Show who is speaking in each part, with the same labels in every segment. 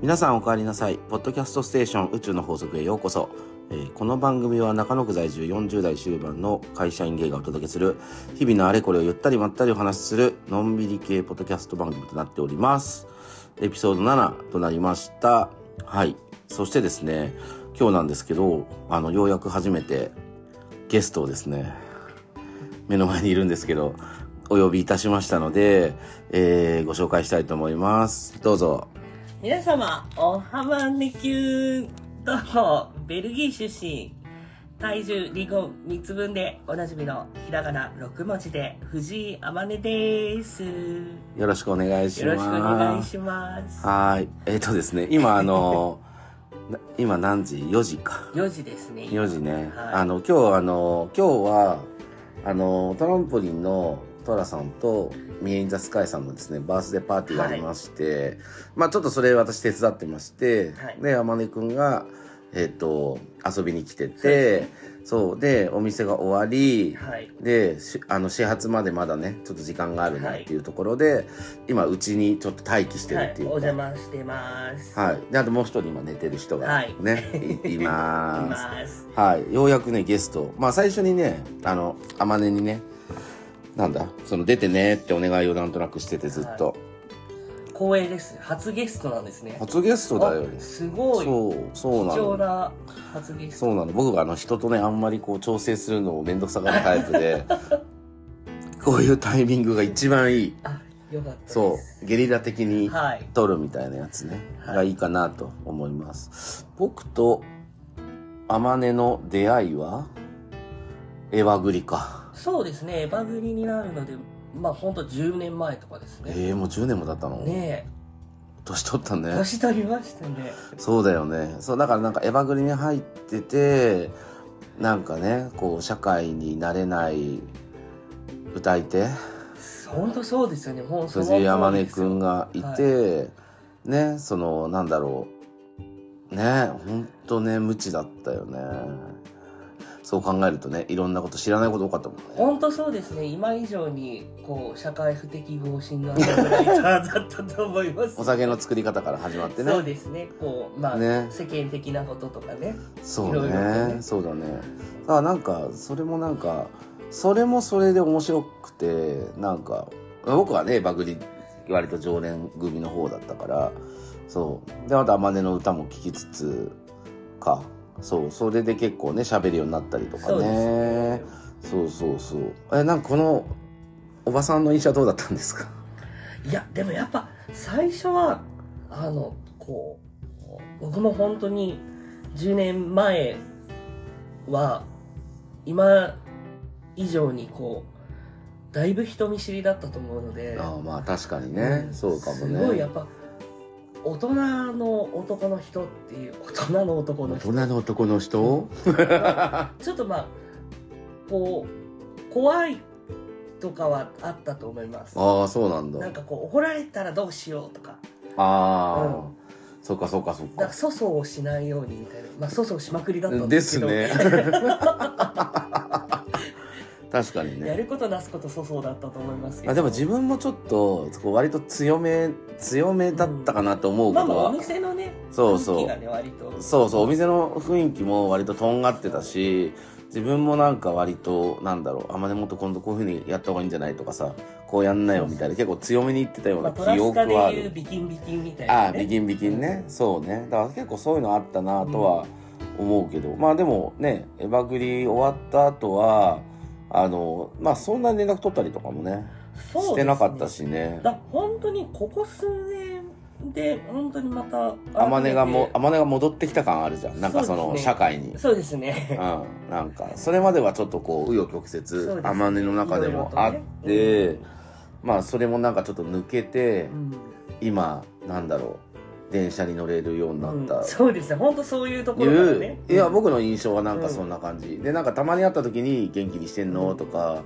Speaker 1: 皆さんお帰りなさい。ポッドキャストステーション宇宙の法則へようこそ。えーこの番組は中野区在住40代終盤の会社員芸がお届けする日々のあれこれをゆったりまったりお話しするのんびり系ポッドキャスト番組となっております。エピソード7となりました。はい。そしてですね、今日なんですけど、あの、ようやく初めてゲストをですね、目の前にいるんですけど、お呼びいたしましたので、えーご紹介したいと思います。どうぞ。
Speaker 2: 皆様、おはまねきゅーんと、ベルギー出身、体重リゴン3つ分でおなじみのひらがな6文字で藤井あまねです。よ
Speaker 1: よろしくお願いします。
Speaker 2: ろしくお願いします。
Speaker 1: はーい。えっ、とですね、今あの、 な今何時 ?4 時か。
Speaker 2: 4時ですね。
Speaker 1: 4時ね。
Speaker 2: はい
Speaker 1: あの、今日あの、今日は、あの、トランポリンのトラさんとミエイン・ザ・スカイさんのですね、バースデーパーティーがありまして、まあちょっとそれ私手伝ってまして、
Speaker 2: はい
Speaker 1: で、天音くんが、えっ、と、遊びに来て
Speaker 2: そうで
Speaker 1: て、そうで、お店が終わり、
Speaker 2: はい。
Speaker 1: でしあの始発までまだねちょっと時間があるな
Speaker 2: はい
Speaker 1: っていうところで、今うちにちょっと待機して
Speaker 2: は
Speaker 1: る
Speaker 2: い
Speaker 1: っ、て
Speaker 2: お
Speaker 1: いうか
Speaker 2: 邪魔してます。
Speaker 1: はい、であともう一人今寝てる人が
Speaker 2: はい
Speaker 1: ね、い、 い
Speaker 2: い
Speaker 1: ます
Speaker 2: ます。
Speaker 1: はいようやくねゲストまあ最初にねあのあまねにねなんだその出てねってお願いをなんとなくしててずっと、
Speaker 2: 光栄です。初ゲストなんですね。
Speaker 1: 初ゲストだよ
Speaker 2: あすごい。
Speaker 1: そうそうな
Speaker 2: 貴
Speaker 1: の
Speaker 2: 重な初ゲスト。
Speaker 1: そうなの僕があの人とねあんまりこう調整するのを面倒くさがるタイプ でこういうタイミングが一番いい
Speaker 2: あ、よかったです。
Speaker 1: そうゲリラ的に
Speaker 2: はい。
Speaker 1: 撮るみたいなやつね、
Speaker 2: はい
Speaker 1: がいいかなと思います僕とあまねの出会いはエワグリか
Speaker 2: そうですね、エヴァグリになるので、まあ本当10年前とかですね。
Speaker 1: えー、もう10年も経ったの、
Speaker 2: ね
Speaker 1: 年取った
Speaker 2: え、
Speaker 1: ね
Speaker 2: 年取りましたね。
Speaker 1: そうだよねそうだからなんかエワグリに入っててなんかねこう社会になれない歌い手
Speaker 2: 本当そうですよね、もうその
Speaker 1: 藤
Speaker 2: 通りですよ
Speaker 1: 山根くんがいて、ねそのなんだろうねほんとね無知だったよねそう考えるとねいろんなこと知らないこと多かったもんね
Speaker 2: 本当そうですね、今以上に、こう、社会不適合診断のライターだったと思います。
Speaker 1: お酒の作り方から始まってね
Speaker 2: そうですね、こう、まあ、
Speaker 1: ね
Speaker 2: 世間的なこととかね。
Speaker 1: そう
Speaker 2: いろい
Speaker 1: ね
Speaker 2: ろとね
Speaker 1: そうだねだからなんかそれもなんかそれもそれで面白くてなんか僕はねバグリ割と常連組の方だったからそうでまた天音の歌も聴きつつかそうそれで結構ね喋るようになったりとか
Speaker 2: そうです
Speaker 1: ね
Speaker 2: ね。
Speaker 1: そうそうそうえなんかこのおばさんの印象はどうだったんですか
Speaker 2: いや、でもやっぱ、最初は、あの、こう、僕も本当に、10年前は、今以上にこう、だいぶ人見知りだったと思うので、
Speaker 1: ああまあ確かにね、
Speaker 2: ん
Speaker 1: そうかもね
Speaker 2: すごいやっぱ、大人の男の人っていう、大人の男の
Speaker 1: 大人。
Speaker 2: 人
Speaker 1: の男の人
Speaker 2: ちょっとまあ、こう、怖いとかはあったと思います。
Speaker 1: ああそうなんだ
Speaker 2: なんかこう、怒られたらどうしようとか。
Speaker 1: ああ、
Speaker 2: うん
Speaker 1: そうかそうかそう
Speaker 2: なん
Speaker 1: か
Speaker 2: か粗相をしないようにみたいな、まあ、粗相しまくりだったん
Speaker 1: で
Speaker 2: ですすけど
Speaker 1: ね 確かに
Speaker 2: や
Speaker 1: ね
Speaker 2: ることなすこと粗相だったと思いますけど
Speaker 1: あでも自分もちょっとこう割と強め強めだったかなと思うこ
Speaker 2: まあ
Speaker 1: と
Speaker 2: まあ
Speaker 1: は、
Speaker 2: お店のね
Speaker 1: そうそう
Speaker 2: 雰囲気がね割と
Speaker 1: そうそうお店の雰囲気も割ととんがってたし自分もなんか割となんだろうあまりもっと今度こういうふうにやった方がいいんじゃないとかさこうやんなよみたいな結構強めに言ってたよう
Speaker 2: ま
Speaker 1: な
Speaker 2: あ、
Speaker 1: 記
Speaker 2: トラス
Speaker 1: 憶
Speaker 2: カで
Speaker 1: はある、
Speaker 2: いうビキンビキンみたいな、ね、
Speaker 1: ああビキンビキンね、そうねだから結構そういうのあったなとは思うけど、まあでもねエヴァグリ終わった後はあのまあそんな連絡取ったりとかもね
Speaker 2: そうですね
Speaker 1: してなかったしね
Speaker 2: だ本当にここ数年で本当にまた
Speaker 1: あま
Speaker 2: 改め
Speaker 1: ね
Speaker 2: て
Speaker 1: がもあまねが戻ってきた感あるじゃんなんかそ
Speaker 2: そう
Speaker 1: の
Speaker 2: ですね
Speaker 1: 社会に。
Speaker 2: そうです
Speaker 1: う
Speaker 2: ね
Speaker 1: ん、なんかそれまではちょっとこう紆余
Speaker 2: そうです
Speaker 1: 曲折
Speaker 2: ね
Speaker 1: あまねの中でもあっ
Speaker 2: いろい
Speaker 1: て、まあそれもなんかちょっと抜けて、
Speaker 2: うん
Speaker 1: 今なんだろう電車に乗れるようになった、
Speaker 2: うんそうですね本当そういうとこ
Speaker 1: い
Speaker 2: ろから
Speaker 1: う、
Speaker 2: ね
Speaker 1: いや
Speaker 2: うん
Speaker 1: 僕の印象はなんかそんな感じ、でなんかたまに会った時に「元気にしてんの?」とか、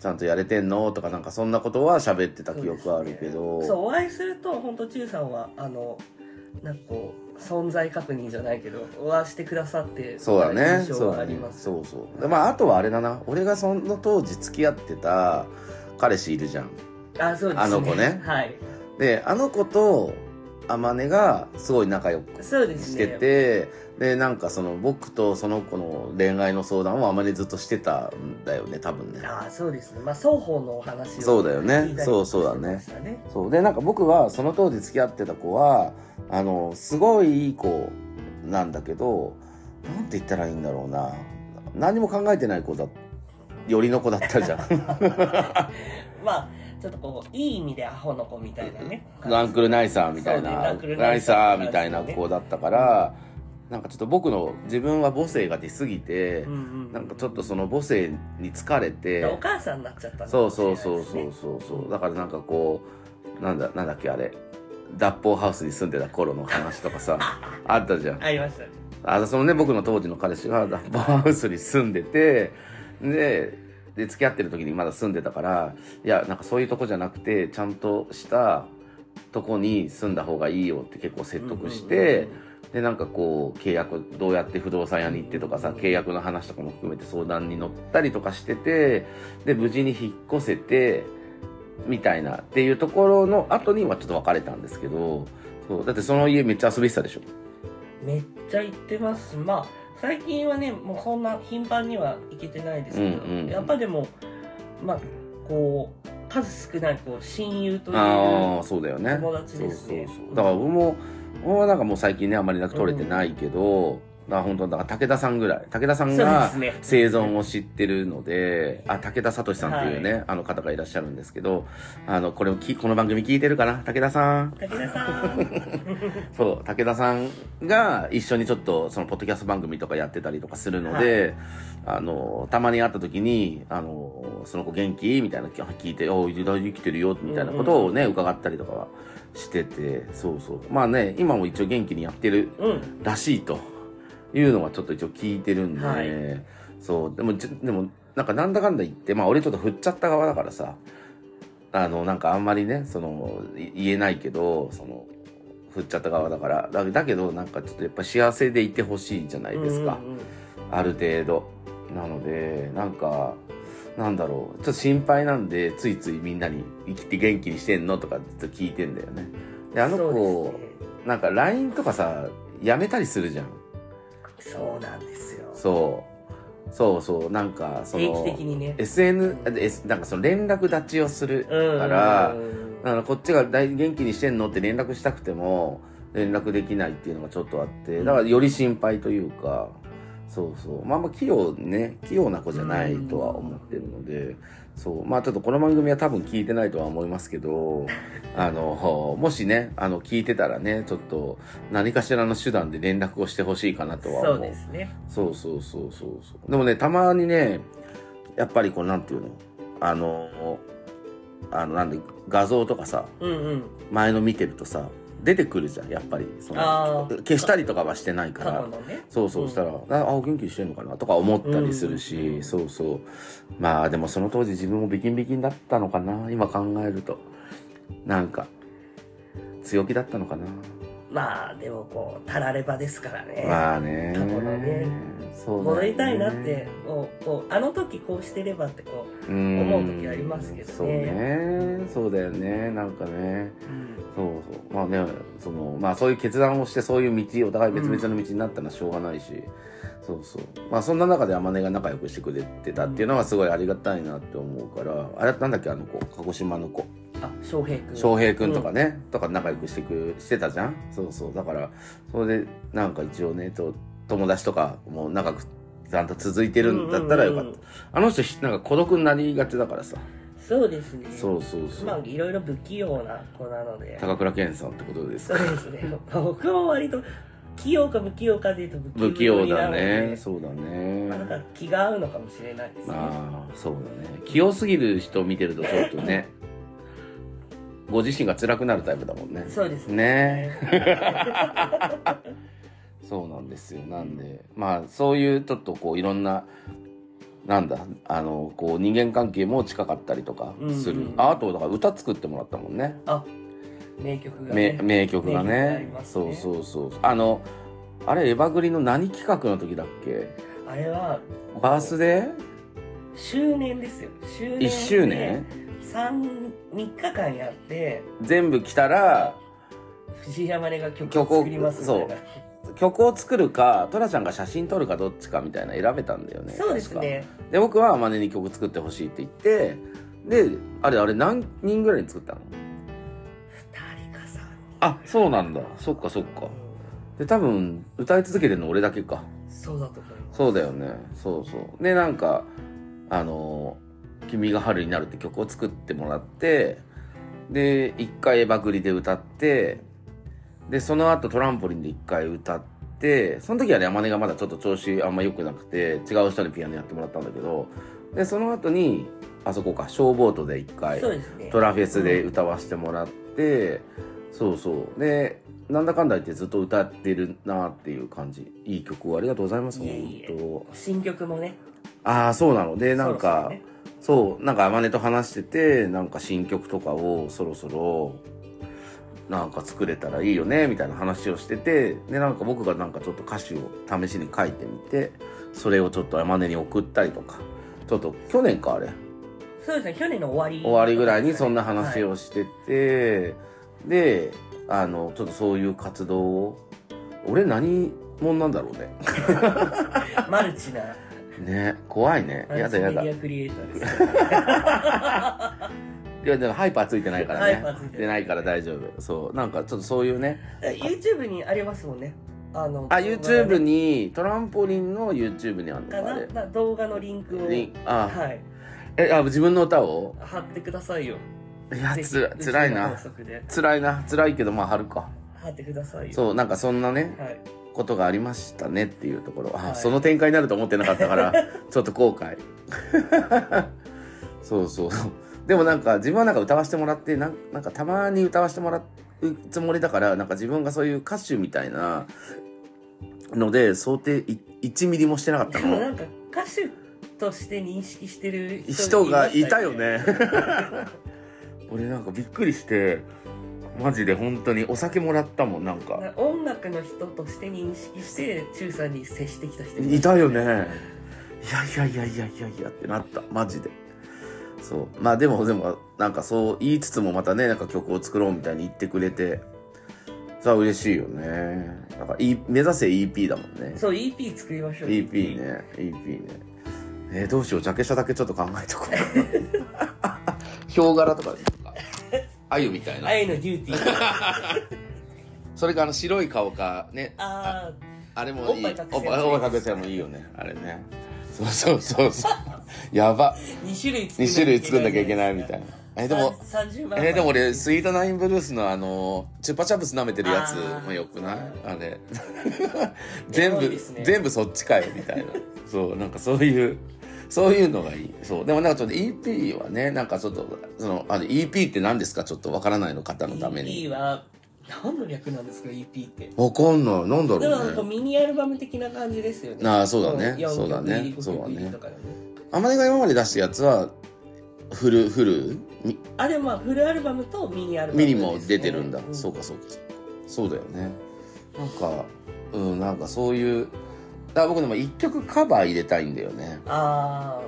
Speaker 1: ちゃんとやれてんの?」とかなんかそんなことは喋ってた記憶はあるけど
Speaker 2: そうお会いすると本当中さんはあのなんかこう存在確認じゃないけどお会いしてくださって
Speaker 1: そうだね
Speaker 2: 印
Speaker 1: そ
Speaker 2: 象
Speaker 1: う
Speaker 2: があ
Speaker 1: だ
Speaker 2: り
Speaker 1: ね
Speaker 2: ます
Speaker 1: そうそうでまああとはあれだな俺がその当時付き合ってた彼氏いるじゃん
Speaker 2: あそうですね
Speaker 1: あの子ね
Speaker 2: はい
Speaker 1: であの子とあまねがすごい仲良く
Speaker 2: そうです
Speaker 1: し
Speaker 2: ね
Speaker 1: ててでなんかその僕とその子の恋愛の相談をあまりずっとしてたんだよね多分ね
Speaker 2: ああそうですねまあ双方のお話を
Speaker 1: そうだよね
Speaker 2: 聞いたり
Speaker 1: そうそうだね
Speaker 2: してましたね
Speaker 1: そうでなんか僕はその当時付き合ってた子はあのすごいいい子なんだけどなんて言ったらいいんだろうな何も考えてない子だよりの子だったじゃ ん
Speaker 2: まあちょっとこういい意味でアホの子みたいなね
Speaker 1: ランクルナイサーみたい
Speaker 2: そう
Speaker 1: な、
Speaker 2: ねランクル
Speaker 1: ナ
Speaker 2: ナ
Speaker 1: イ
Speaker 2: イ
Speaker 1: サ
Speaker 2: サー
Speaker 1: ーみたいな子だったから、なんかちょっと僕の自分は母性が出すぎて、
Speaker 2: うんうん
Speaker 1: なんかちょっとその母性に疲れて、
Speaker 2: お母さんになっちゃったのか
Speaker 1: そう
Speaker 2: もしれ
Speaker 1: そ
Speaker 2: な
Speaker 1: う
Speaker 2: いです
Speaker 1: そ
Speaker 2: ね
Speaker 1: うそうそうそうだからなんかこうなんだなんだっけあれ脱法ハウスに住んでた頃の話とかさ あったじゃん
Speaker 2: ありましたね
Speaker 1: あそのね僕の当時の彼氏が脱法ハウスに住んでてでで付き合ってる時にまだ住んでたからいやなんかそういうとこじゃなくてちゃんとしたとこに住んだ方がいいよって結構説得して、
Speaker 2: うんうんうん
Speaker 1: でなんかこう契約どうやって不動産屋に行ってとかさ契約の話とかも含めて相談に乗ったりとかしててで無事に引っ越せてみたいなっていうところの後にはちょっと別れたんですけどそうだってその家めっちゃ遊びしてたでしょ
Speaker 2: めっちゃ行ってますまあ最近はねもうそんな頻繁には行けてないですけど、
Speaker 1: うんうんうん
Speaker 2: やっぱでもまあこう数少ないこう親友という
Speaker 1: ああそうだよね
Speaker 2: 友達ですね
Speaker 1: そうそうそうだから僕も僕はなんかもう最近ねあんまりなんか取れてないけど、だから本当だから武田さんぐらい武田さん
Speaker 2: そうで
Speaker 1: が
Speaker 2: すね
Speaker 1: 生存を知ってるので、あ、武田聡さんっていうね、あの方がいらっしゃるんですけど、あの、これをき、この番組聞いてるかな武田さん。
Speaker 2: 武田 さん
Speaker 1: そう、武田さんが一緒にちょっと、その、ポッドキャスト番組とかやってたりとかするので、あの、たまに会った時に、あの、その子元気みたいな、聞いて、おう、生きてるよ、みたいなことをね、伺ったりとかはしてて、そうそう。まあね、今も一応元気にやってる
Speaker 2: うん
Speaker 1: らしいというのはちょっと一応聞いてるんで、
Speaker 2: はい
Speaker 1: そうでもちょでもなんかなんだかんだ言ってまあ俺ちょっと振っちゃった側だからさあのなんかあんまりねそのい言えないけどその振っちゃった側だからだだけどなんかちょっとやっぱ幸せでいてほしいじゃないですか、
Speaker 2: うんうんうん
Speaker 1: ある程度なのでなんかなんだろうちょっと心配なんでついついみんなに「生きて元気にしてんの?」とかずっと聞いてんだよねであの
Speaker 2: そう
Speaker 1: 子、なんか LINE とかさやめたりするじゃん
Speaker 2: ですねそうなんですよ
Speaker 1: そうそうそうなんかそ
Speaker 2: 定期
Speaker 1: の
Speaker 2: 的にね
Speaker 1: SN、S なんかその連絡立ちをするか
Speaker 2: うん
Speaker 1: ら、
Speaker 2: うん
Speaker 1: だからこっちが大元気にしてんのって連絡したくても連絡できないっていうのがちょっとあってだからより心配というか、そうそうまあまあ器用ね器用な子じゃないとは思ってるので、そうまあちょっとこの番組は多分聞いてないとは思いますけ どあのもしねあの聞いてたらねちょっと何かしらの手段で連絡をしてほしいかなとは思
Speaker 2: そう
Speaker 1: う
Speaker 2: ですね
Speaker 1: そうそうそうそうそうでもねたまにねやっぱりこうなんていうのあのあのなんで画像とかさ
Speaker 2: うんうん
Speaker 1: 前の見てるとさ出てくるじゃんやっぱりその
Speaker 2: あー
Speaker 1: 消したりとかはしてないか
Speaker 2: 過去
Speaker 1: ら
Speaker 2: のね
Speaker 1: そうそうしたら、ああ元気にしてんのかなとか思ったりするし、
Speaker 2: うん
Speaker 1: そうそうまあでもその当時自分もビキンビキンだったのかな今考えるとなんか強気だったのかな
Speaker 2: まあでもこうたらればですからね、
Speaker 1: まあね
Speaker 2: 過去のね
Speaker 1: そうだよね
Speaker 2: 戻りたいなってこうこうあの時こうしてればってこ
Speaker 1: 思
Speaker 2: 思う時ありますけどね
Speaker 1: そうねそうだよねなんかね
Speaker 2: う、うん
Speaker 1: そうそうまあねそのまあそういう決断をしてそういう道お互い別々の道になったのはしょうがないし、そうそうまあそんな中で天音が仲良くしてくれてたっていうのはすごいありがたいなって思うからあれなんだっけあの子鹿児島の子
Speaker 2: あ翔平君
Speaker 1: 翔平くんとかね、とか仲良くしてくしてたじゃんそうそうだからそれでなんか一応ねと友達とかも長くちゃんと続いてるんだったらよかった、
Speaker 2: うんうんうん
Speaker 1: あの人ひなんか孤独になりがちだからさ
Speaker 2: そうですね
Speaker 1: そうそうそう、
Speaker 2: まあいろいろ不器用な子なので
Speaker 1: 高倉健さんってことです
Speaker 2: そう
Speaker 1: か
Speaker 2: ですね 僕も割と器用か不器用かでいうと
Speaker 1: 不器用だね
Speaker 2: そ
Speaker 1: そうだ
Speaker 2: うなんか
Speaker 1: ね
Speaker 2: 気が合うのかもしれないですね、
Speaker 1: まあそうだね器用すぎる人を見てるとちょっとねご自身が辛くなるタイプだもんね
Speaker 2: そうです
Speaker 1: ね そうなんですよなんでまあそういうちょっとこういろんななんだあのこう人間関係も近かったりとかする、
Speaker 2: うんうん
Speaker 1: ああとだから歌作ってもらったもんね
Speaker 2: あ名曲が、
Speaker 1: 名
Speaker 2: ね、
Speaker 1: 名曲が
Speaker 2: 名曲があ
Speaker 1: ね
Speaker 2: ります
Speaker 1: そ
Speaker 2: ね
Speaker 1: うそうそうあのあれエヴァグリの何企画の時だっけ
Speaker 2: あれは
Speaker 1: バースデ
Speaker 2: 周年ですよ周年
Speaker 1: ー1周年
Speaker 2: 3日間やって
Speaker 1: 全部来たら
Speaker 2: 藤山根が曲
Speaker 1: 曲を
Speaker 2: を作りますみたいな
Speaker 1: 曲を作るかトラちゃんが写真撮るかどっちかみたいな選べたんだよね
Speaker 2: そうです
Speaker 1: 確
Speaker 2: ね
Speaker 1: かで僕は真似に曲作ってほしいって言ってであれあれ何人ぐらいに作ったの
Speaker 2: 二人か三人
Speaker 1: あそうなんだそっかそっかで多分歌い続けてるの俺だけか
Speaker 2: うんそうだと思います
Speaker 1: そうだよねそうそうでなんかあのー「君が春になる」って曲を作ってもらってで一回エバグリで歌ってでその後トランポリンで一回歌ってその時はね天音がまだちょっと調子あんま良くなくて違う人にピアノやってもらったんだけどでその後にあそこか消防トで一回
Speaker 2: そうですね
Speaker 1: トラフェスで歌わせてもらって、そうそうでなんだかんだ言ってずっと歌ってるなっていう感じいい曲をありがとうございます
Speaker 2: いえいえ
Speaker 1: 本
Speaker 2: 新曲もね
Speaker 1: 当ああそうなのでなんか
Speaker 2: そろそろね
Speaker 1: そう,、なんか天音と話しててなんか新曲とかをそろそろなんか作れたらいいよねみたいな話をしててでなんか僕がなんかちょっと歌詞を試しに書いてみてそれをちょっと天音に送ったりとかちょっと去年かあれ
Speaker 2: そうですね去年の終わり
Speaker 1: 終わりぐらいにそんな話
Speaker 2: は
Speaker 1: をしてて、であのちょっとそういう活動を俺何者なんだろうね
Speaker 2: いマルチな
Speaker 1: ね怖い ね
Speaker 2: マ
Speaker 1: や
Speaker 2: ル
Speaker 1: だ
Speaker 2: チメ
Speaker 1: や
Speaker 2: デ
Speaker 1: だい
Speaker 2: ィアクリエイターです
Speaker 1: やでもハイパーついてないから
Speaker 2: ハイパーつい
Speaker 1: ね
Speaker 2: てない
Speaker 1: 出ないから大丈夫そうなんかちょっとそういうね
Speaker 2: え YouTube にありますもんねあの
Speaker 1: あ YouTube にトランポリンの YouTube にあるの
Speaker 2: か
Speaker 1: かあ
Speaker 2: な
Speaker 1: れ
Speaker 2: な動画のリンクを
Speaker 1: リンあ,、
Speaker 2: はい
Speaker 1: えあ自分の歌を
Speaker 2: 貼ってくださいよ
Speaker 1: いや
Speaker 2: ぜひ
Speaker 1: つらつらいう
Speaker 2: ちの法
Speaker 1: な
Speaker 2: 則で
Speaker 1: つらいなつらいけどまあ貼るか
Speaker 2: 貼ってくださいよ
Speaker 1: そうなんかそんなね
Speaker 2: はい
Speaker 1: ことがありましたねっていうところ、あ
Speaker 2: はい
Speaker 1: その展開になると思ってなかったから ちょっと後悔 そうそうでもなんか自分はなんか歌わせてもらってなんなんかたまに歌わせてもらうつもりだからなんか自分がそういう歌手みたいなので想定い1ミリもしてなかった
Speaker 2: でもな
Speaker 1: の
Speaker 2: んか歌手として認識してる
Speaker 1: 人がいたよ
Speaker 2: い
Speaker 1: ね
Speaker 2: ましたよ
Speaker 1: 俺なんかびっくりしてマジで本当にお酒もらったもんなんか
Speaker 2: な音楽の人として認識して中さんに接してきた人
Speaker 1: いたよねいやいやいやいやいやいやってなったマジでそうまあでもでもなんかそう言いつつもまたねなんか曲を作ろうみたいに言ってくれてさあ嬉しいよねなんか、E- 目指せ EP だもんね
Speaker 2: そう EP 作りましょう
Speaker 1: EP ね EP ねえーどうしようジャケ写だけちょっと考えとこうヒョウ柄とかですかあゆみたいな
Speaker 2: 愛のデューティー
Speaker 1: それかあの白い顔かね
Speaker 2: ああ
Speaker 1: あれもいい。
Speaker 2: おっぱい隠せるやつ
Speaker 1: おっぱいおっぱい隠せるもいいよね。あれね。そうそうそう そう。やば。
Speaker 2: 2種類作
Speaker 1: 2種類作んなきゃいけないみたいな。え、でも、
Speaker 2: さ30万
Speaker 1: え、でも俺、スイートナインブルースのあの、チュッパチャプス舐めてるやつ
Speaker 2: あー
Speaker 1: もよくないあ れ。全
Speaker 2: エモ
Speaker 1: 部、
Speaker 2: いですね
Speaker 1: 全部そっちかよ、みたいな。そう、なんかそういう。そういうのがいい。そう。でもなんかちょっと EP はね、なんかちょっと、その、あの EP って何ですかちょっとわからないの方のため
Speaker 2: EP
Speaker 1: に。
Speaker 2: は何の略なんですか EP って
Speaker 1: わかんない。なんだ
Speaker 2: だから
Speaker 1: ろ
Speaker 2: こ
Speaker 1: う
Speaker 2: う
Speaker 1: ね。
Speaker 2: ミニアルバム的な感じですよね
Speaker 1: あーそうだね
Speaker 2: 4
Speaker 1: そうだね
Speaker 2: 曲入り
Speaker 1: そうだね
Speaker 2: 5曲入りとかだね
Speaker 1: あまりが今まで出したやつは、フル、フルみ
Speaker 2: あでもまあフルアルバムとミニアルバム
Speaker 1: ミ
Speaker 2: です
Speaker 1: ニ
Speaker 2: ね
Speaker 1: も出てるんだ、
Speaker 2: ん
Speaker 1: そうかそうかそうだよねなんかうんなんかそういうだから僕でも1曲カバー入れたいんだよね
Speaker 2: ああ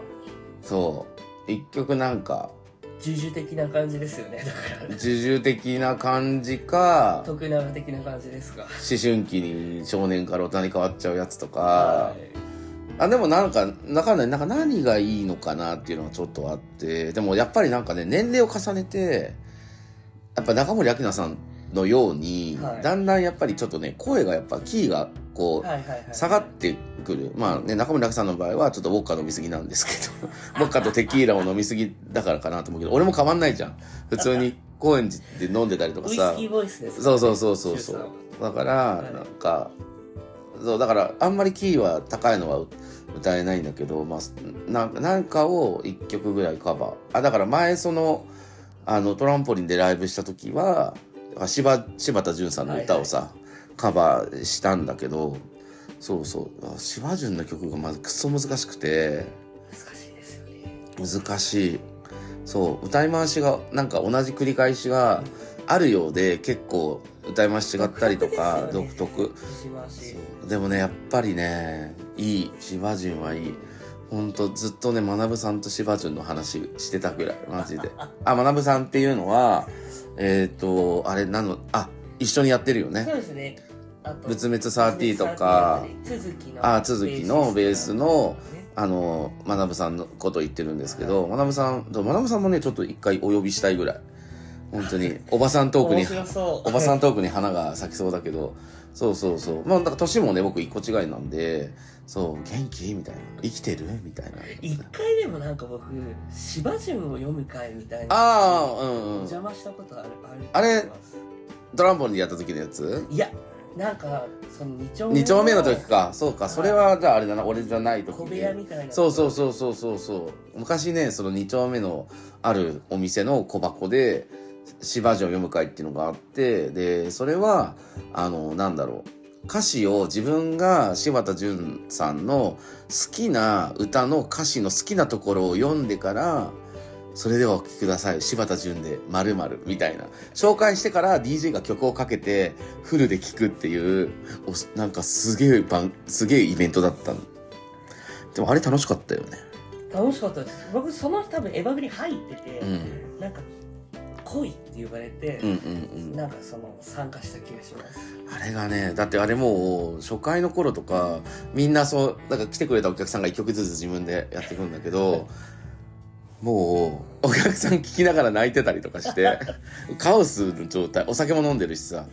Speaker 1: そう1曲なんか
Speaker 2: ジュジュ的な感じですよねだから
Speaker 1: 自重的な感じか思
Speaker 2: 徳永的な感じですか
Speaker 1: 春期に少年から大人に変わっちゃうやつとか、
Speaker 2: はい
Speaker 1: あでもなんかわかんないなんか何がいいのかなっていうのがちょっとあってでもやっぱりなんかね年齢を重ねてやっぱ中森明菜さんのように、
Speaker 2: はい
Speaker 1: だんだんやっぱりちょっとね声がやっぱキーがこう、
Speaker 2: はいはいはい
Speaker 1: 下がってくる。まあね、中村さんの場合はちょっとウォッカ飲みすぎなんです けど、ウォッカとテキーラを飲みすぎだからかなと思うけど、俺も変わんないじゃん。普通に高円寺で飲んでたりとか
Speaker 2: ウイ
Speaker 1: さ
Speaker 2: ス。キーボイスです
Speaker 1: そうそうそうそうそ
Speaker 2: シュウ
Speaker 1: う。だから、なんか、そう、だからあんまりキーは高いのは歌えないんだけど、まあ、ななんかを一曲ぐらいカバー。あ、だから前その、あの、トランポリンでライブした時は、柴柴田純さんの歌をさ、カバーしたんだけど、そうそうあ柴純の曲がまずクソ難しくて
Speaker 2: 難しいですよね
Speaker 1: 難しいそう歌い回しがなんか同じ繰り返しがあるようで結構歌い回し違ったりとか独
Speaker 2: 独
Speaker 1: 特,、
Speaker 2: し回し
Speaker 1: そうでもねやっぱりねいい柴純はいいほんとずっとね学さんと柴純の話してたぐらいマジであ学さんっていうのはえっ、とあれなのあ一緒にやってるよ
Speaker 2: そう
Speaker 1: ね
Speaker 2: ですね。あと、
Speaker 1: 仏滅30とか
Speaker 2: 仏滅30だったり、
Speaker 1: あ続きのベースの
Speaker 2: ね
Speaker 1: あの学さんのこと言ってるんですけど学さんと学さんもねちょっと一回お呼びしたいぐらい本当 におばさんトークに
Speaker 2: 面白そう
Speaker 1: おばさんトークに花が咲きそうだけど、そうそうそう。まあ、なんか年もね、僕一個違いなんで、そう、元気みたいな。生きてるみたいな。
Speaker 2: 一回でもなんか僕「しばじむを読む会」みたいな
Speaker 1: ああ、う
Speaker 2: お
Speaker 1: んうん。
Speaker 2: 邪魔したことあるある
Speaker 1: あれドランボンでやった時のやつ
Speaker 2: いやなんかその2丁目
Speaker 1: 二丁目の時か。そうか、それは、じゃああれだな、俺じゃない時
Speaker 2: 小部屋
Speaker 1: で。
Speaker 2: みたいな
Speaker 1: そうそうそうそうそうそう。昔ね、その二丁目のあるお店の小箱で、芝城読む会っていうのがあって、で、それは、あの、なんだろう。歌詞を自分が柴田純さんの好きな歌の歌詞の好きなところを読んでから、それではお聴きください。柴田純で〇〇みたいな。紹介してから DJ が曲をかけてフルで聴くっていう、おなんかすげえ番、すげえイベントだったのでもあれ楽しかったよね。
Speaker 2: 楽しかったです僕その多分エヴァグリ入ってて、
Speaker 1: うん。
Speaker 2: なんか「恋」って呼ばれて、
Speaker 1: うんうんうん。
Speaker 2: なんかその参加した気がします
Speaker 1: あれがね、だってあれもう初回の頃とか、みんなそう、なんか来てくれたお客さんが一曲ずつ自分でやっていくんだけど、もう、お客さん聞きながら泣いてたりとか して、カオスの状態、お酒も飲んでるしさ、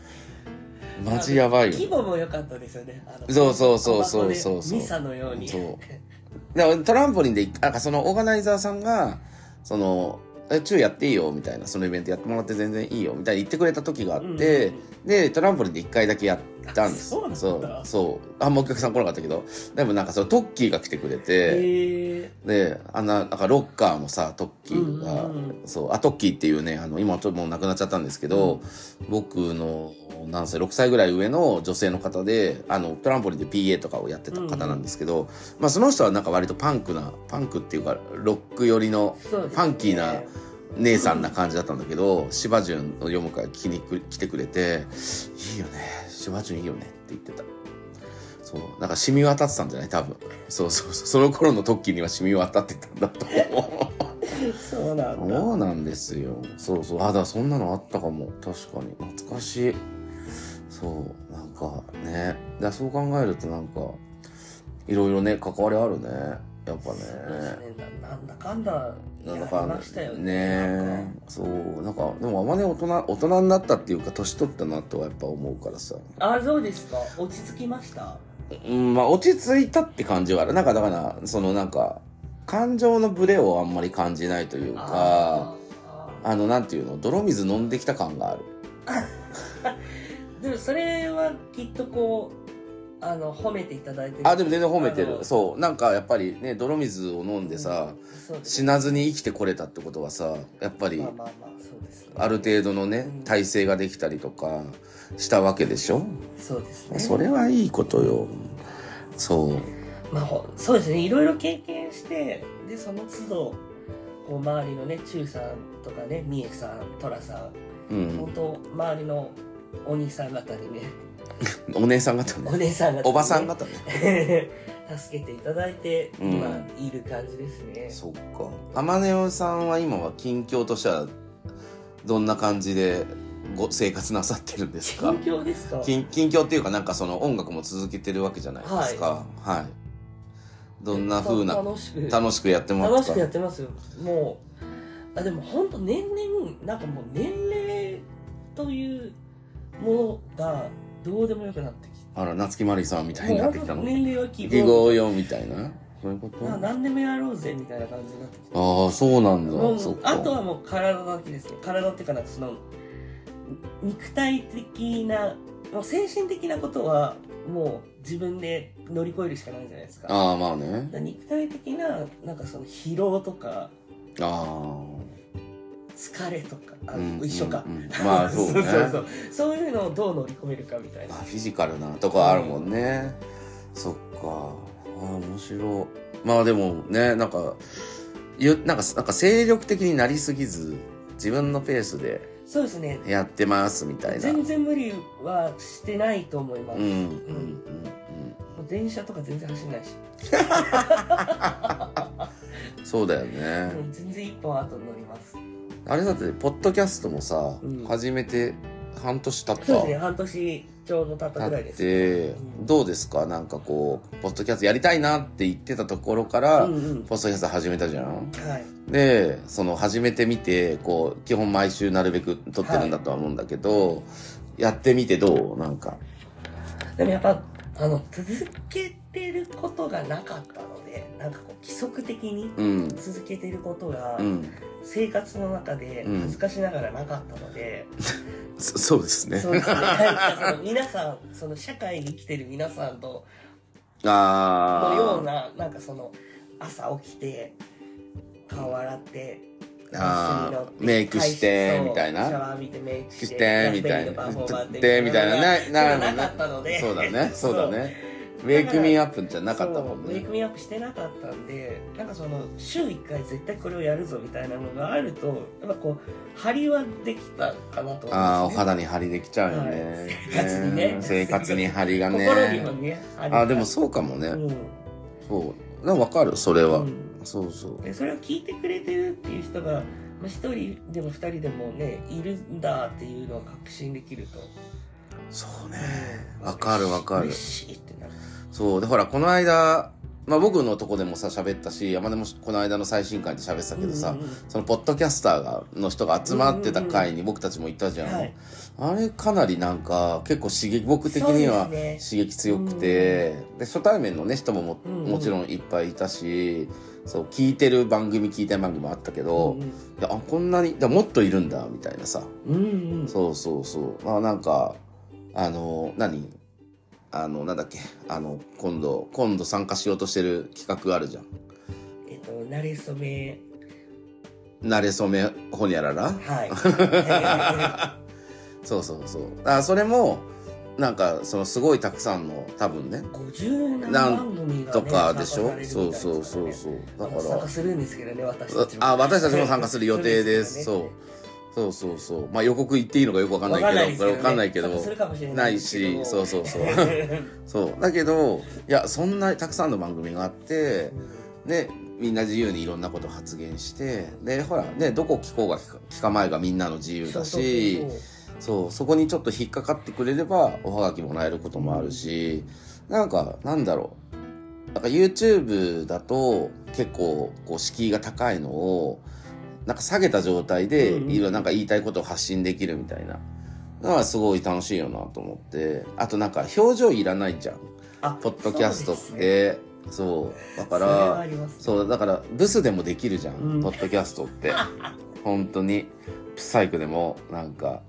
Speaker 1: マジやばいよね
Speaker 2: 規。模も良かったですよねあの
Speaker 1: そうそうそうそうそう
Speaker 2: 小箱でミサのように
Speaker 1: そうだからトランポリンで、なんかそのオーガナイザーさんが、その、えチューやっていいよみたいな、そのイベントやってもらって全然いいよみたいに言ってくれた時があって、
Speaker 2: うんうん
Speaker 1: で、トランポリンで一回だけやったんです。
Speaker 2: あそうなんだ
Speaker 1: そう。そうあんまお客さん来なかったけど、でもなんかそのトッキーが来てくれて、
Speaker 2: へえ
Speaker 1: で、あんな、なんかロッカーもさ、トッキーが、
Speaker 2: うんうんう
Speaker 1: そう、あ、トッキーっていうね、あの、今ちょっともう亡くなっちゃったんですけど、僕の、何歳、6歳ぐらい上の女性の方で、あの、トランポリンで PA とかをやってた方なんですけど、まあその人はなんか割とパンクな、パンクっていうか、ロック寄りの、
Speaker 2: そうですね
Speaker 1: ファンキーな姉さんな感じだったんだけど、シバジュンの読むから聞きにく来てくれて、いいよね、シバジュンいいよねって言ってた。そう、なんか染み渡ってたんじゃない多分。そうそうそう、その頃のトッキーには染み渡ってたんだと思う。
Speaker 2: そうなんだ
Speaker 1: そうなんですよ。そうそう。あ、だからそんなのあったかも。確かに。懐かしい。そう。なんかね。だからそう考えるとなんか、いろいろね、関わりあるね。やっぱね。
Speaker 2: ねななんだかんだ
Speaker 1: な
Speaker 2: や
Speaker 1: ん
Speaker 2: り
Speaker 1: だか
Speaker 2: ましたよ
Speaker 1: ね
Speaker 2: なんか
Speaker 1: そうなんかでもあまね大人大人になったっていうか年取ったなとはやっぱ思うからさ
Speaker 2: あそうですか落ち着きました
Speaker 1: うんまあ落ち着いたって感じはあるなんかだからそのなんか感情のブレをあんまり感じないというか
Speaker 2: あ
Speaker 1: あのなんていうの泥水飲んできた感がある
Speaker 2: ーでもそれはきっとこうあの褒めていただいてる
Speaker 1: あでも全然褒めて
Speaker 2: あ
Speaker 1: る
Speaker 2: の
Speaker 1: そうなんかやっぱりね泥水を飲んでさ、
Speaker 2: そうです
Speaker 1: 死なずに生きてこれたってことはさやっぱり
Speaker 2: まあまあまあそうです、ね、
Speaker 1: ある程度のね
Speaker 2: うん
Speaker 1: 体制ができたりとかしたわけでしょ
Speaker 2: そうですね
Speaker 1: それはいいことよ。そう。
Speaker 2: まあほそうですねいろいろ経験してでその都度こう周りのね中さんとかねみえさんとらさ
Speaker 1: うんん
Speaker 2: 本。当周りのお兄さん方にね
Speaker 1: お姉さん方
Speaker 2: お
Speaker 1: ね。
Speaker 2: 姉さん方にね、
Speaker 1: おばさん方ね。
Speaker 2: 助けていただいて、
Speaker 1: うん
Speaker 2: 今いる感じですね
Speaker 1: そっか。天音さんは今は近況としては、どんな感じでご生活なさってるんですか
Speaker 2: 近況ですか
Speaker 1: 近近況っていうか、なんかその音楽も続けてるわけじゃないですか。はい。どんな風な、
Speaker 2: 楽しく
Speaker 1: 楽しくやってもら
Speaker 2: 楽
Speaker 1: っ
Speaker 2: してく
Speaker 1: た
Speaker 2: やってますよもうあでも本当年々なんかもう年齢というものがどうでもよくなってきて
Speaker 1: あら、夏木マリさんみたいになってきた
Speaker 2: も
Speaker 1: の
Speaker 2: う。年齢は希
Speaker 1: 意気
Speaker 2: 望
Speaker 1: 合よみたいな。そういうこ
Speaker 2: まあ
Speaker 1: と
Speaker 2: 何でもやろうぜみたいな感じになってきて
Speaker 1: ああ、そうなん
Speaker 2: も
Speaker 1: だ。
Speaker 2: う
Speaker 1: そっか。
Speaker 2: あとはもう体だけですね体っていうかなんかその肉体的なもう精神的なことはもう自分で乗り越えるしかないじゃないですかだか
Speaker 1: ああ、まあね。
Speaker 2: ら肉体的ななんかその疲労とか
Speaker 1: あ
Speaker 2: 疲れとか
Speaker 1: あ、
Speaker 2: あ
Speaker 1: うん
Speaker 2: 一緒か、
Speaker 1: う んうんまあそうね
Speaker 2: そうそうそうそういうのをどう乗り越えるかみたいな
Speaker 1: まあ、フィジカルなとこあるもんね、そっかああ面白いまあでもねなんかゆなんかなんか精力的になりすぎず自分のペースで
Speaker 2: そうですね
Speaker 1: やってますみたいな
Speaker 2: 全然無理はしてないと思いま
Speaker 1: う
Speaker 2: す、
Speaker 1: んうんうん
Speaker 2: もう電車とか全然走んないし、
Speaker 1: うんそうだよね、
Speaker 2: もう全然一本後乗ります
Speaker 1: あれだってポッドキャストもさ、
Speaker 2: うん
Speaker 1: 初めて半年経った
Speaker 2: そうですね、半年ちょうど経ったぐらいです。
Speaker 1: 経って
Speaker 2: うん
Speaker 1: どうですかなんかこうポッドキャストやりたいなって言ってたところから、
Speaker 2: うんうん。
Speaker 1: ポッドキャスト始めたじゃん
Speaker 2: はい。
Speaker 1: でその始めてみてこう基本毎週なるべく撮ってるんだとは思うんだけど、やってみてどうなんか
Speaker 2: でもやっぱ、あの、続けてることがなかったので、なんかこう、規則的に
Speaker 1: うん
Speaker 2: 続けてることが
Speaker 1: う、ん
Speaker 2: 生活の中で
Speaker 1: うん
Speaker 2: 恥ずかしながらなかったので、
Speaker 1: そそうですね
Speaker 2: そうですね。なんかその皆さん、その社会に生きてる皆さんと、のよう
Speaker 1: あ
Speaker 2: な、なんかその、朝起きて、顔洗って、
Speaker 1: あー
Speaker 2: 水飲んで
Speaker 1: メイクして
Speaker 2: そう
Speaker 1: みたいな
Speaker 2: シャワー浴びてメイクして、
Speaker 1: してみたいな
Speaker 2: ラズベリーのパフォーマンス
Speaker 1: でみたいなね
Speaker 2: な
Speaker 1: な
Speaker 2: る
Speaker 1: るほどね
Speaker 2: なかったので。
Speaker 1: そうだねそうだねウェイクミーアップじゃなかったもん
Speaker 2: そうメイ
Speaker 1: ね
Speaker 2: クミアップしてなかったんでなんかその週1回絶対これをやるぞみたいなのがあるとやっぱこう張りはできたかなと思います、ね、
Speaker 1: ああお肌に張りできちゃうよね、
Speaker 2: はい生活にね
Speaker 1: うん生活に張りがね
Speaker 2: 心にもね張りが
Speaker 1: あでもそうかもね、
Speaker 2: うん、
Speaker 1: そうなんかわかるそれは、
Speaker 2: うん
Speaker 1: そうそう
Speaker 2: でそれを聞いてくれてるっていう人がまあ一人でも二人でもねいるんだっていうのを確信できると
Speaker 1: そうねわかるわかる
Speaker 2: 嬉しいってなる
Speaker 1: そうでほらこの間まあ僕のとこでもさ喋ったし山でもこの間の最新回で喋ってたけどさ、
Speaker 2: うんうんうん
Speaker 1: そのポッドキャスターがの人が集まってた回に僕たちも行ったじゃん、
Speaker 2: はい
Speaker 1: あれかなりなんか結構刺激僕的には
Speaker 2: そうで
Speaker 1: 刺激強くてで、初対面のね人もも
Speaker 2: うんうん
Speaker 1: もちろんいっぱいいたしそう聞いてる番組聞いてる番組もあったけど、
Speaker 2: うん
Speaker 1: いやあこんなにだもっといるんだみたいなさ
Speaker 2: うんうんうん
Speaker 1: そうそうそう。まあなんか、あの、何あの、なんだっけあの、今度、今度参加しようとしてる企画あるじゃん。
Speaker 2: えっと慣れ初め
Speaker 1: なれそめほにゃらら
Speaker 2: はい
Speaker 1: そうそうそう。あ、それも、なんか、そのすごいたくさんの、多分ね、
Speaker 2: 50何番組が、
Speaker 1: と
Speaker 2: ね、
Speaker 1: かでしょ、
Speaker 2: 参加され
Speaker 1: そ
Speaker 2: るみ
Speaker 1: う
Speaker 2: たいですからね
Speaker 1: そうそうそう。だか
Speaker 2: 参加
Speaker 1: ら、
Speaker 2: するんですけどね私たちも
Speaker 1: あ、私たちも参加する予定です。
Speaker 2: はい
Speaker 1: そう。そうそうそう。まあ予告言っていいのかよくわかん
Speaker 2: わ
Speaker 1: な
Speaker 2: かんない
Speaker 1: け
Speaker 2: いです
Speaker 1: ど、
Speaker 2: けど
Speaker 1: わかんないけど
Speaker 2: 参加する、かもしれな
Speaker 1: ないい
Speaker 2: ですけど
Speaker 1: し、そうそう そう。
Speaker 2: う
Speaker 1: そうだけどいやそんなたくさんの番組があってでみんな自由にいろんなこと発言してでほらねどこ聞こうが聞か聞かまいがみんなの自由だし
Speaker 2: そうそうそう
Speaker 1: そうそこにちょっと引っかかってくれればおはがきもらえることもあるしなんかなんだろうなんか YouTube だと結構こう敷居が高いのをなんか下げた状態でい
Speaker 2: うんうん
Speaker 1: ろいろなんか言いたいことを発信できるみたいなのはすごい楽しいよなと思ってあとなんか表情いらないじゃん
Speaker 2: あ
Speaker 1: ポッドキャストっ
Speaker 2: そうですね
Speaker 1: てそうだか
Speaker 2: それはあ
Speaker 1: ら
Speaker 2: りますね
Speaker 1: そうだからブスでもできるじゃん、
Speaker 2: うん
Speaker 1: ポッドキャストって本当にプサイクでもなんか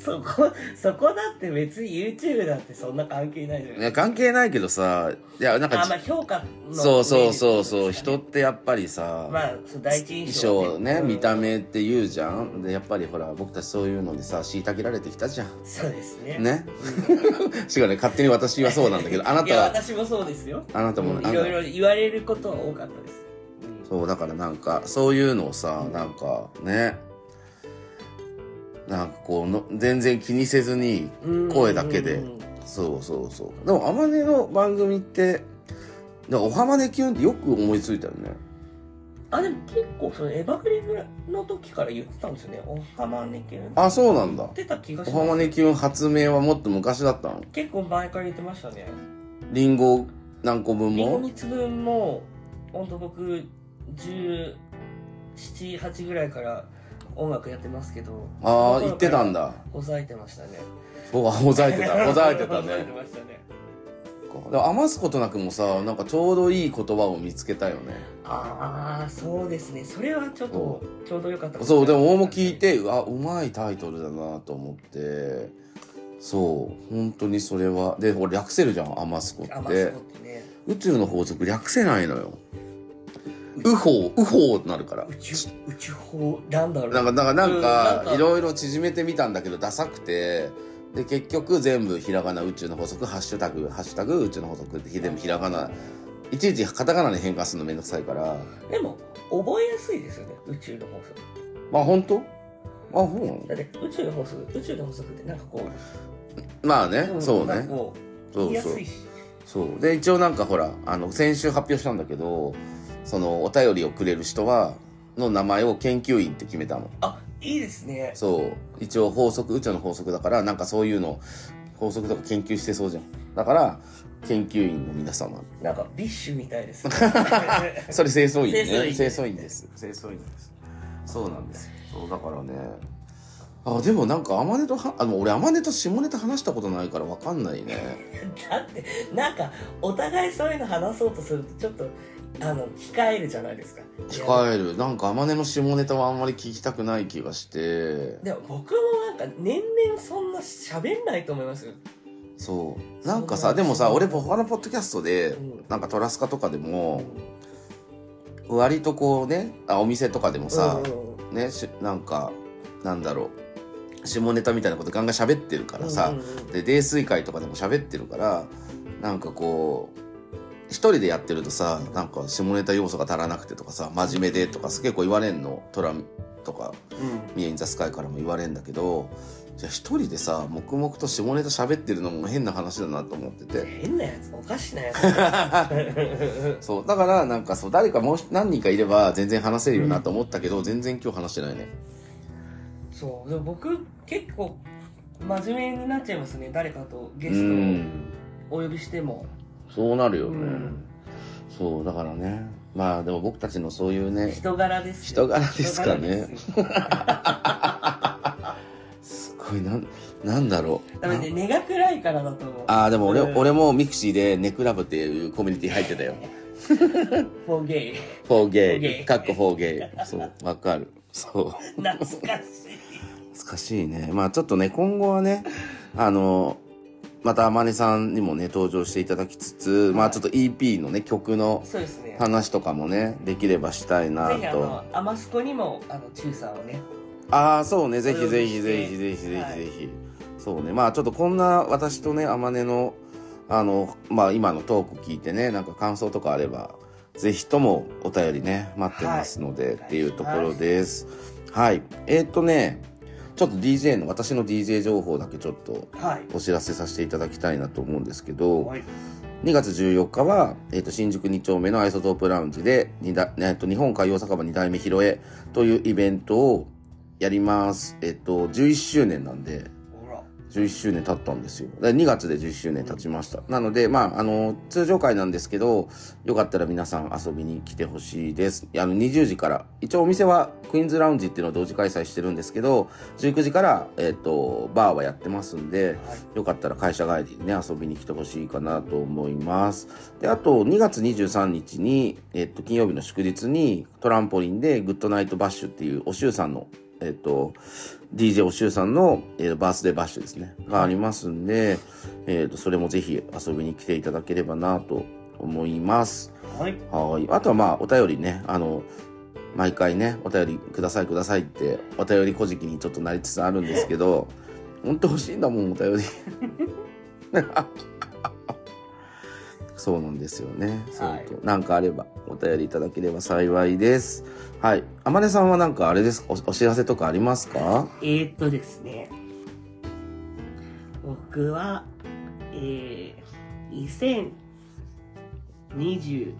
Speaker 2: そこそこだって別に YouTube だってそんな関係ないじゃ
Speaker 1: い
Speaker 2: ない
Speaker 1: や関係ないけどさいやなん
Speaker 2: あ
Speaker 1: か
Speaker 2: まあ評価の
Speaker 1: そうそうそう
Speaker 2: 面
Speaker 1: そう
Speaker 2: です
Speaker 1: 人
Speaker 2: かね
Speaker 1: ってやっぱりさ、
Speaker 2: まあそう第一
Speaker 1: 衣
Speaker 2: 印象
Speaker 1: 装ね、
Speaker 2: うん
Speaker 1: 見た目って言うじゃんでやっぱりほら僕たちそういうのでさ虐げられてきたじゃん
Speaker 2: そうですね
Speaker 1: ね 違うね勝手に私はそうなんだけどあなた
Speaker 2: いや
Speaker 1: は
Speaker 2: 私もそうですよ
Speaker 1: あなたも、
Speaker 2: う
Speaker 1: あ
Speaker 2: ん
Speaker 1: なた
Speaker 2: いろいろ言われることは多かったです、うん
Speaker 1: そうだからなんかそういうのをさなんかねなんかこうの全然気にせずに声だけで
Speaker 2: うん
Speaker 1: そうそうそうでもあまねの番組ってなんかおはまねキュンってよく思いついたよね
Speaker 2: あでも結構そのエヴァグリムの時から言ってたんですよねおはまねキュン
Speaker 1: あそうなんだ
Speaker 2: 言ってた気がし
Speaker 1: お
Speaker 2: ます
Speaker 1: はまねキュン発明はもっと昔だったの
Speaker 2: 結構前から言ってましたね
Speaker 1: リンゴ何個分
Speaker 2: リンゴ
Speaker 1: も
Speaker 2: 蜜分も本当僕1718ぐらいから音楽やってますけど
Speaker 1: ああ言ってたん
Speaker 2: だ
Speaker 1: だ
Speaker 2: ほざいてましたね
Speaker 1: おあほざいてた ほざいてた
Speaker 2: ほざい
Speaker 1: ね
Speaker 2: てましたね
Speaker 1: でも余すことなくもさなんかちょうどいい言葉を見つけたよね
Speaker 2: ああそうですねそれはちょっとちょうどよかったか
Speaker 1: そうでも俺も聞いてうわうまいタイトルだなと思ってそう本当にそれはで俺略せるじゃん「アマスコ」
Speaker 2: あ
Speaker 1: っ
Speaker 2: まあそう
Speaker 1: て
Speaker 2: ってね
Speaker 1: 宇宙の法則略せないのよ「ウホウホになるから
Speaker 2: 宇宙宇宙法なんだろう
Speaker 1: なんかなんかなん
Speaker 2: うんな
Speaker 1: か
Speaker 2: んか
Speaker 1: いろいろ縮めてみたんだけどダサくてで結局全部ひらがな宇宙の法則ハッシュタグハッシュタグ宇宙の法則って全部ひらがないちいちカタカナに変換するのめんどくさいから
Speaker 2: でも覚えやすいですよね宇宙の法則
Speaker 1: まあ本当あそうなの
Speaker 2: だって宇宙の法則宇宙の法則ってなんかこう
Speaker 1: まあね、
Speaker 2: ん
Speaker 1: そう
Speaker 2: な
Speaker 1: ね
Speaker 2: んかこう
Speaker 1: そ
Speaker 2: 言いうや
Speaker 1: そう
Speaker 2: すいし
Speaker 1: そうで一応なんかほらあの先週発表したんだけどそのお便りをくれる人はの名前を研究員って決めたの
Speaker 2: あいいですね
Speaker 1: そう一応法則宇宙の法則だからなんかそういうの法則とか研究してそうじゃんだから研究員の皆様
Speaker 2: なんかビッシュみたいですね
Speaker 1: それ清掃員ね
Speaker 2: 清掃員
Speaker 1: 清掃員です清掃員ですそうなんですそうだからねあでもなんか天音とはあの俺天音と下ネタ話したことないからわかんないね
Speaker 2: だってなんかお互いそういうの話そうとするとちょっとあの控えるじゃないですか
Speaker 1: 控えるなんか天音の下ネタはあんまり聞きたくない気がして
Speaker 2: でも僕もなんか年々そんな喋んないと思いますよ、
Speaker 1: そうなんかさでもさ俺他のポッドキャストで
Speaker 2: うん
Speaker 1: なんかトラスカとかでも割とこうねあお店とかでもさ、
Speaker 2: うんうん
Speaker 1: ねしなんかなんだろう下ネタみたいなことガンガン喋ってるからさ、
Speaker 2: うんうんうん
Speaker 1: で泥酔会とかでも喋ってるからなんかこう一人でやってるとさなんか下ネタ要素が足らなくてとかさ真面目でとか結構言われんのトラとかミエイン・ザ・スカイからも言われんだけどじゃあ一人でさ黙々と下ネタ喋ってるのも変な話だなと思って
Speaker 2: うん
Speaker 1: て。
Speaker 2: 変なやつおかし なやつ
Speaker 1: そうだからなんかそう誰かもう何人かいれば全然話せるよなと思ったけど、全然今日話してないね
Speaker 2: そうでも僕結構真面目になっちゃいますね誰かとゲ
Speaker 1: う
Speaker 2: ス
Speaker 1: ん
Speaker 2: トをお呼びしても
Speaker 1: そうなるよね、
Speaker 2: うん
Speaker 1: そうだからねまあでも僕たちのそういうね
Speaker 2: 人柄ですよ
Speaker 1: 人柄ですかね
Speaker 2: 人柄です
Speaker 1: す
Speaker 2: よ
Speaker 1: ごいなんなんだろう
Speaker 2: 多 分ね根が暗いからだと思う
Speaker 1: ああでも俺,、
Speaker 2: うん
Speaker 1: 俺もミクシーでネクラブっていうコミュニティ入ってたよ
Speaker 2: フォーゲイ
Speaker 1: フォーゲ
Speaker 2: フォーゲ
Speaker 1: イ
Speaker 2: イ
Speaker 1: かっこフォーゲイそうわかるそう
Speaker 2: 懐かしい
Speaker 1: 難しいねまあちょっとね今後はねあのまたあまねさんにもね登場していただきつつ、まあちょっと EP のね曲の
Speaker 2: そうですね
Speaker 1: 話とかもねできればしたいな
Speaker 2: ぜひあ
Speaker 1: と
Speaker 2: のアマスコにもあのチューさんをね
Speaker 1: ああそうねぜ
Speaker 2: お
Speaker 1: ひ
Speaker 2: 呼び
Speaker 1: ぜひ
Speaker 2: して
Speaker 1: ぜひぜひぜ
Speaker 2: は
Speaker 1: ひ
Speaker 2: い
Speaker 1: ぜひそうねまあちょっとこんな私とねあまねのあのまあ今のトーク聞いてねなんか感想とかあればぜひともお便りね待ってますので、
Speaker 2: はい
Speaker 1: っていうところですはいえーっとねちょっと DJ の私の DJ 情報だけちょっと
Speaker 2: はい
Speaker 1: お知らせさせていただきたいなと思うんですけど、
Speaker 2: はい
Speaker 1: 2月14日は、えー、と新宿2丁目のアイソトープラウンジで二だ、えー、と日本海洋酒場2代目披露宴というイベントをやります。えっ、と、11周年なんで、
Speaker 2: ほら
Speaker 1: 11周年経ったんですよ。で2月で11周年経ちました。なので、まあ、あの、通常会なんですけど、よかったら皆さん遊びに来てほしいです。あの、20時から、一応お店はクイーンズラウンジっていうのを同時開催してるんですけど、19時から、えっ、と、バーはやってますんで、
Speaker 2: はい
Speaker 1: よかったら会社帰りにね、遊びに来てほしいかなと思います。で、あと、2月23日に、えっと、金曜日の祝日に、トランポリンで、グッドナイトバッシュっていう、おしゅうさんの、えっと、DJ おしゅうさんの、えーバースデーバッシュですね、がありますんで、えっと、それもぜひ遊びに来ていただければなと思います。
Speaker 2: はい
Speaker 1: はい。あとはまあ、お便りね、あの、毎回ね、お便りくださいくださいって、お便りこじきにちょっとなりつつあるんですけ ど、ほんと欲しいんだもん、お便り。 そうなんですよね。そう
Speaker 2: はい
Speaker 1: と、なんかあれば、お便りいただければ幸いです。はい。あまねさんはなんかあれですかおお知らせとかありますか
Speaker 2: えー、っとですね僕はえー、2024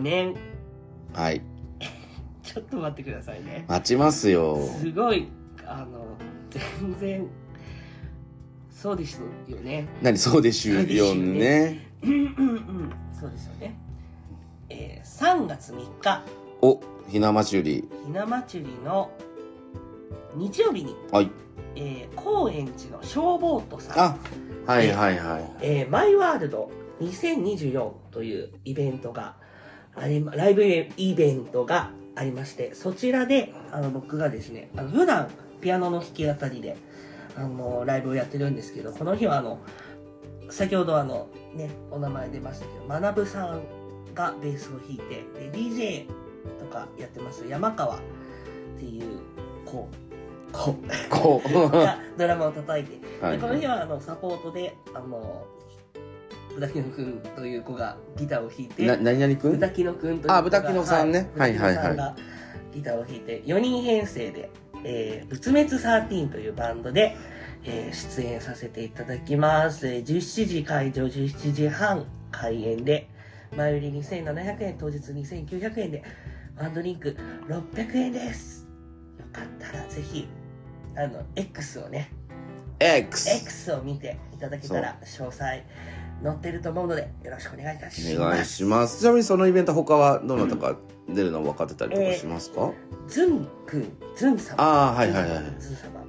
Speaker 2: 年
Speaker 1: はい。
Speaker 2: ちょっと待ってくださいね
Speaker 1: 待ちますよ。
Speaker 2: すごいあの全然そうですよね
Speaker 1: 何そうでしゅうよね。
Speaker 2: うんうんうんそうですよねえー、3月3日
Speaker 1: お、ひなまちゅり。
Speaker 2: ひな祭りの日曜日に、
Speaker 1: はい。
Speaker 2: えー、高円寺の消防とさん
Speaker 1: あ、はいはいはい。
Speaker 2: えーマイワールド2024というイベントがありまライブイベントがありましてそちらであの僕がですねあの普段ピアノの弾き語りであのライブをやってるんですけどこの日はあの先ほどあのねお名前出ましたけど学ぶさんがベースを弾いてで DJ とかやってます山川っていう子子
Speaker 1: こう。
Speaker 2: がドラマを叩いて
Speaker 1: は
Speaker 2: でこの日
Speaker 1: い。
Speaker 2: はあのサポートであのブタキノくんという子がギターを弾いて
Speaker 1: な、何々く
Speaker 2: ブ
Speaker 1: ん
Speaker 2: タキノくんという子
Speaker 1: あブタキノさんね
Speaker 2: はいブ
Speaker 1: はいはい
Speaker 2: タキノ
Speaker 1: は
Speaker 2: さ
Speaker 1: い
Speaker 2: んがギターを弾いて4人編成で「えー、仏滅13」というバンドで、えー出演させていただきます、えー17時開場17時半開演で前売り2700円当日2900円でワンドリンク600円ですよかったらぜひあの X をね
Speaker 1: X!
Speaker 2: X を見ていただけたら詳細載ってると思うのでよろしくお願いいたし
Speaker 1: お
Speaker 2: ま
Speaker 1: 願い
Speaker 2: す
Speaker 1: します。ちなみにそのイベント他はどなたか出るの分かってたりとかしますか、
Speaker 2: ズンくんズン様
Speaker 1: ああ、はいはいはい。
Speaker 2: ズン様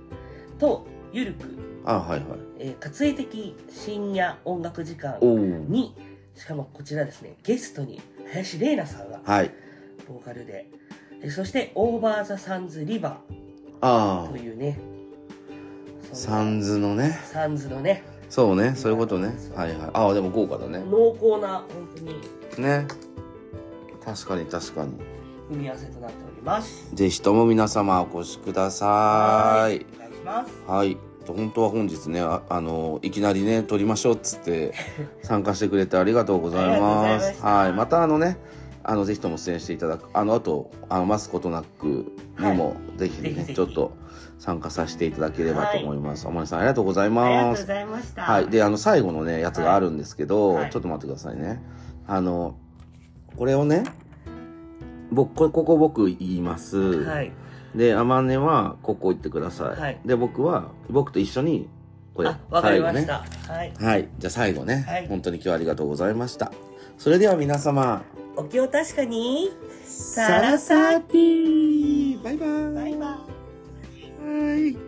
Speaker 2: とゆるく、
Speaker 1: ああ、はいはい。
Speaker 2: えー、活躍的深夜音楽時間
Speaker 1: おお。
Speaker 2: にしかもこちらですねゲストに林玲奈さんが
Speaker 1: はい。
Speaker 2: ボーカルでえそして「オーバー・ザ・サンズ・リバ
Speaker 1: あ
Speaker 2: ー」というね
Speaker 1: あ、
Speaker 2: そんな
Speaker 1: サンズのね。
Speaker 2: サンズのね
Speaker 1: そうね、そういうことね。はいはい。ああ、でも豪華だね。
Speaker 2: 濃厚な本当に
Speaker 1: ね。確かに確かに。
Speaker 2: 組み合わせとなっております
Speaker 1: ぜひとも皆様お越しください。
Speaker 2: お願いします
Speaker 1: はい。本当は本日ね、ああの、いきなりね、撮りましょうっつ って参加してくれてありがとうございま
Speaker 2: ありがとうございまし
Speaker 1: す。
Speaker 2: た
Speaker 1: はい。またあのね、あの、ぜひとも出演していただく、あの、あと、あの、待つことなくにも、ぜひね
Speaker 2: ぜひぜひ
Speaker 1: ちょっと参加させていただければと思います。おまりさんありがとうござい
Speaker 2: ありがとう
Speaker 1: ま
Speaker 2: ご
Speaker 1: す。
Speaker 2: ざいました
Speaker 1: はい。で、あの、最後のね、やつがあるんですけど、
Speaker 2: はいはい
Speaker 1: ちょっと待ってくださいね。あの、これをね、僕、こここ僕言います。
Speaker 2: はい
Speaker 1: で、あまねは、ここ行ってください。
Speaker 2: はい
Speaker 1: で、僕は、僕と一緒に、これ
Speaker 2: あ、わかりま
Speaker 1: 最
Speaker 2: し
Speaker 1: 後ね。
Speaker 2: た、はい
Speaker 1: はい。じゃあ最後ね、
Speaker 2: はい
Speaker 1: 本当に今日はありがとうございました。それでは皆様、
Speaker 2: お気を確かに
Speaker 1: サラサーティーバイバイ
Speaker 2: バイバイ
Speaker 1: はい。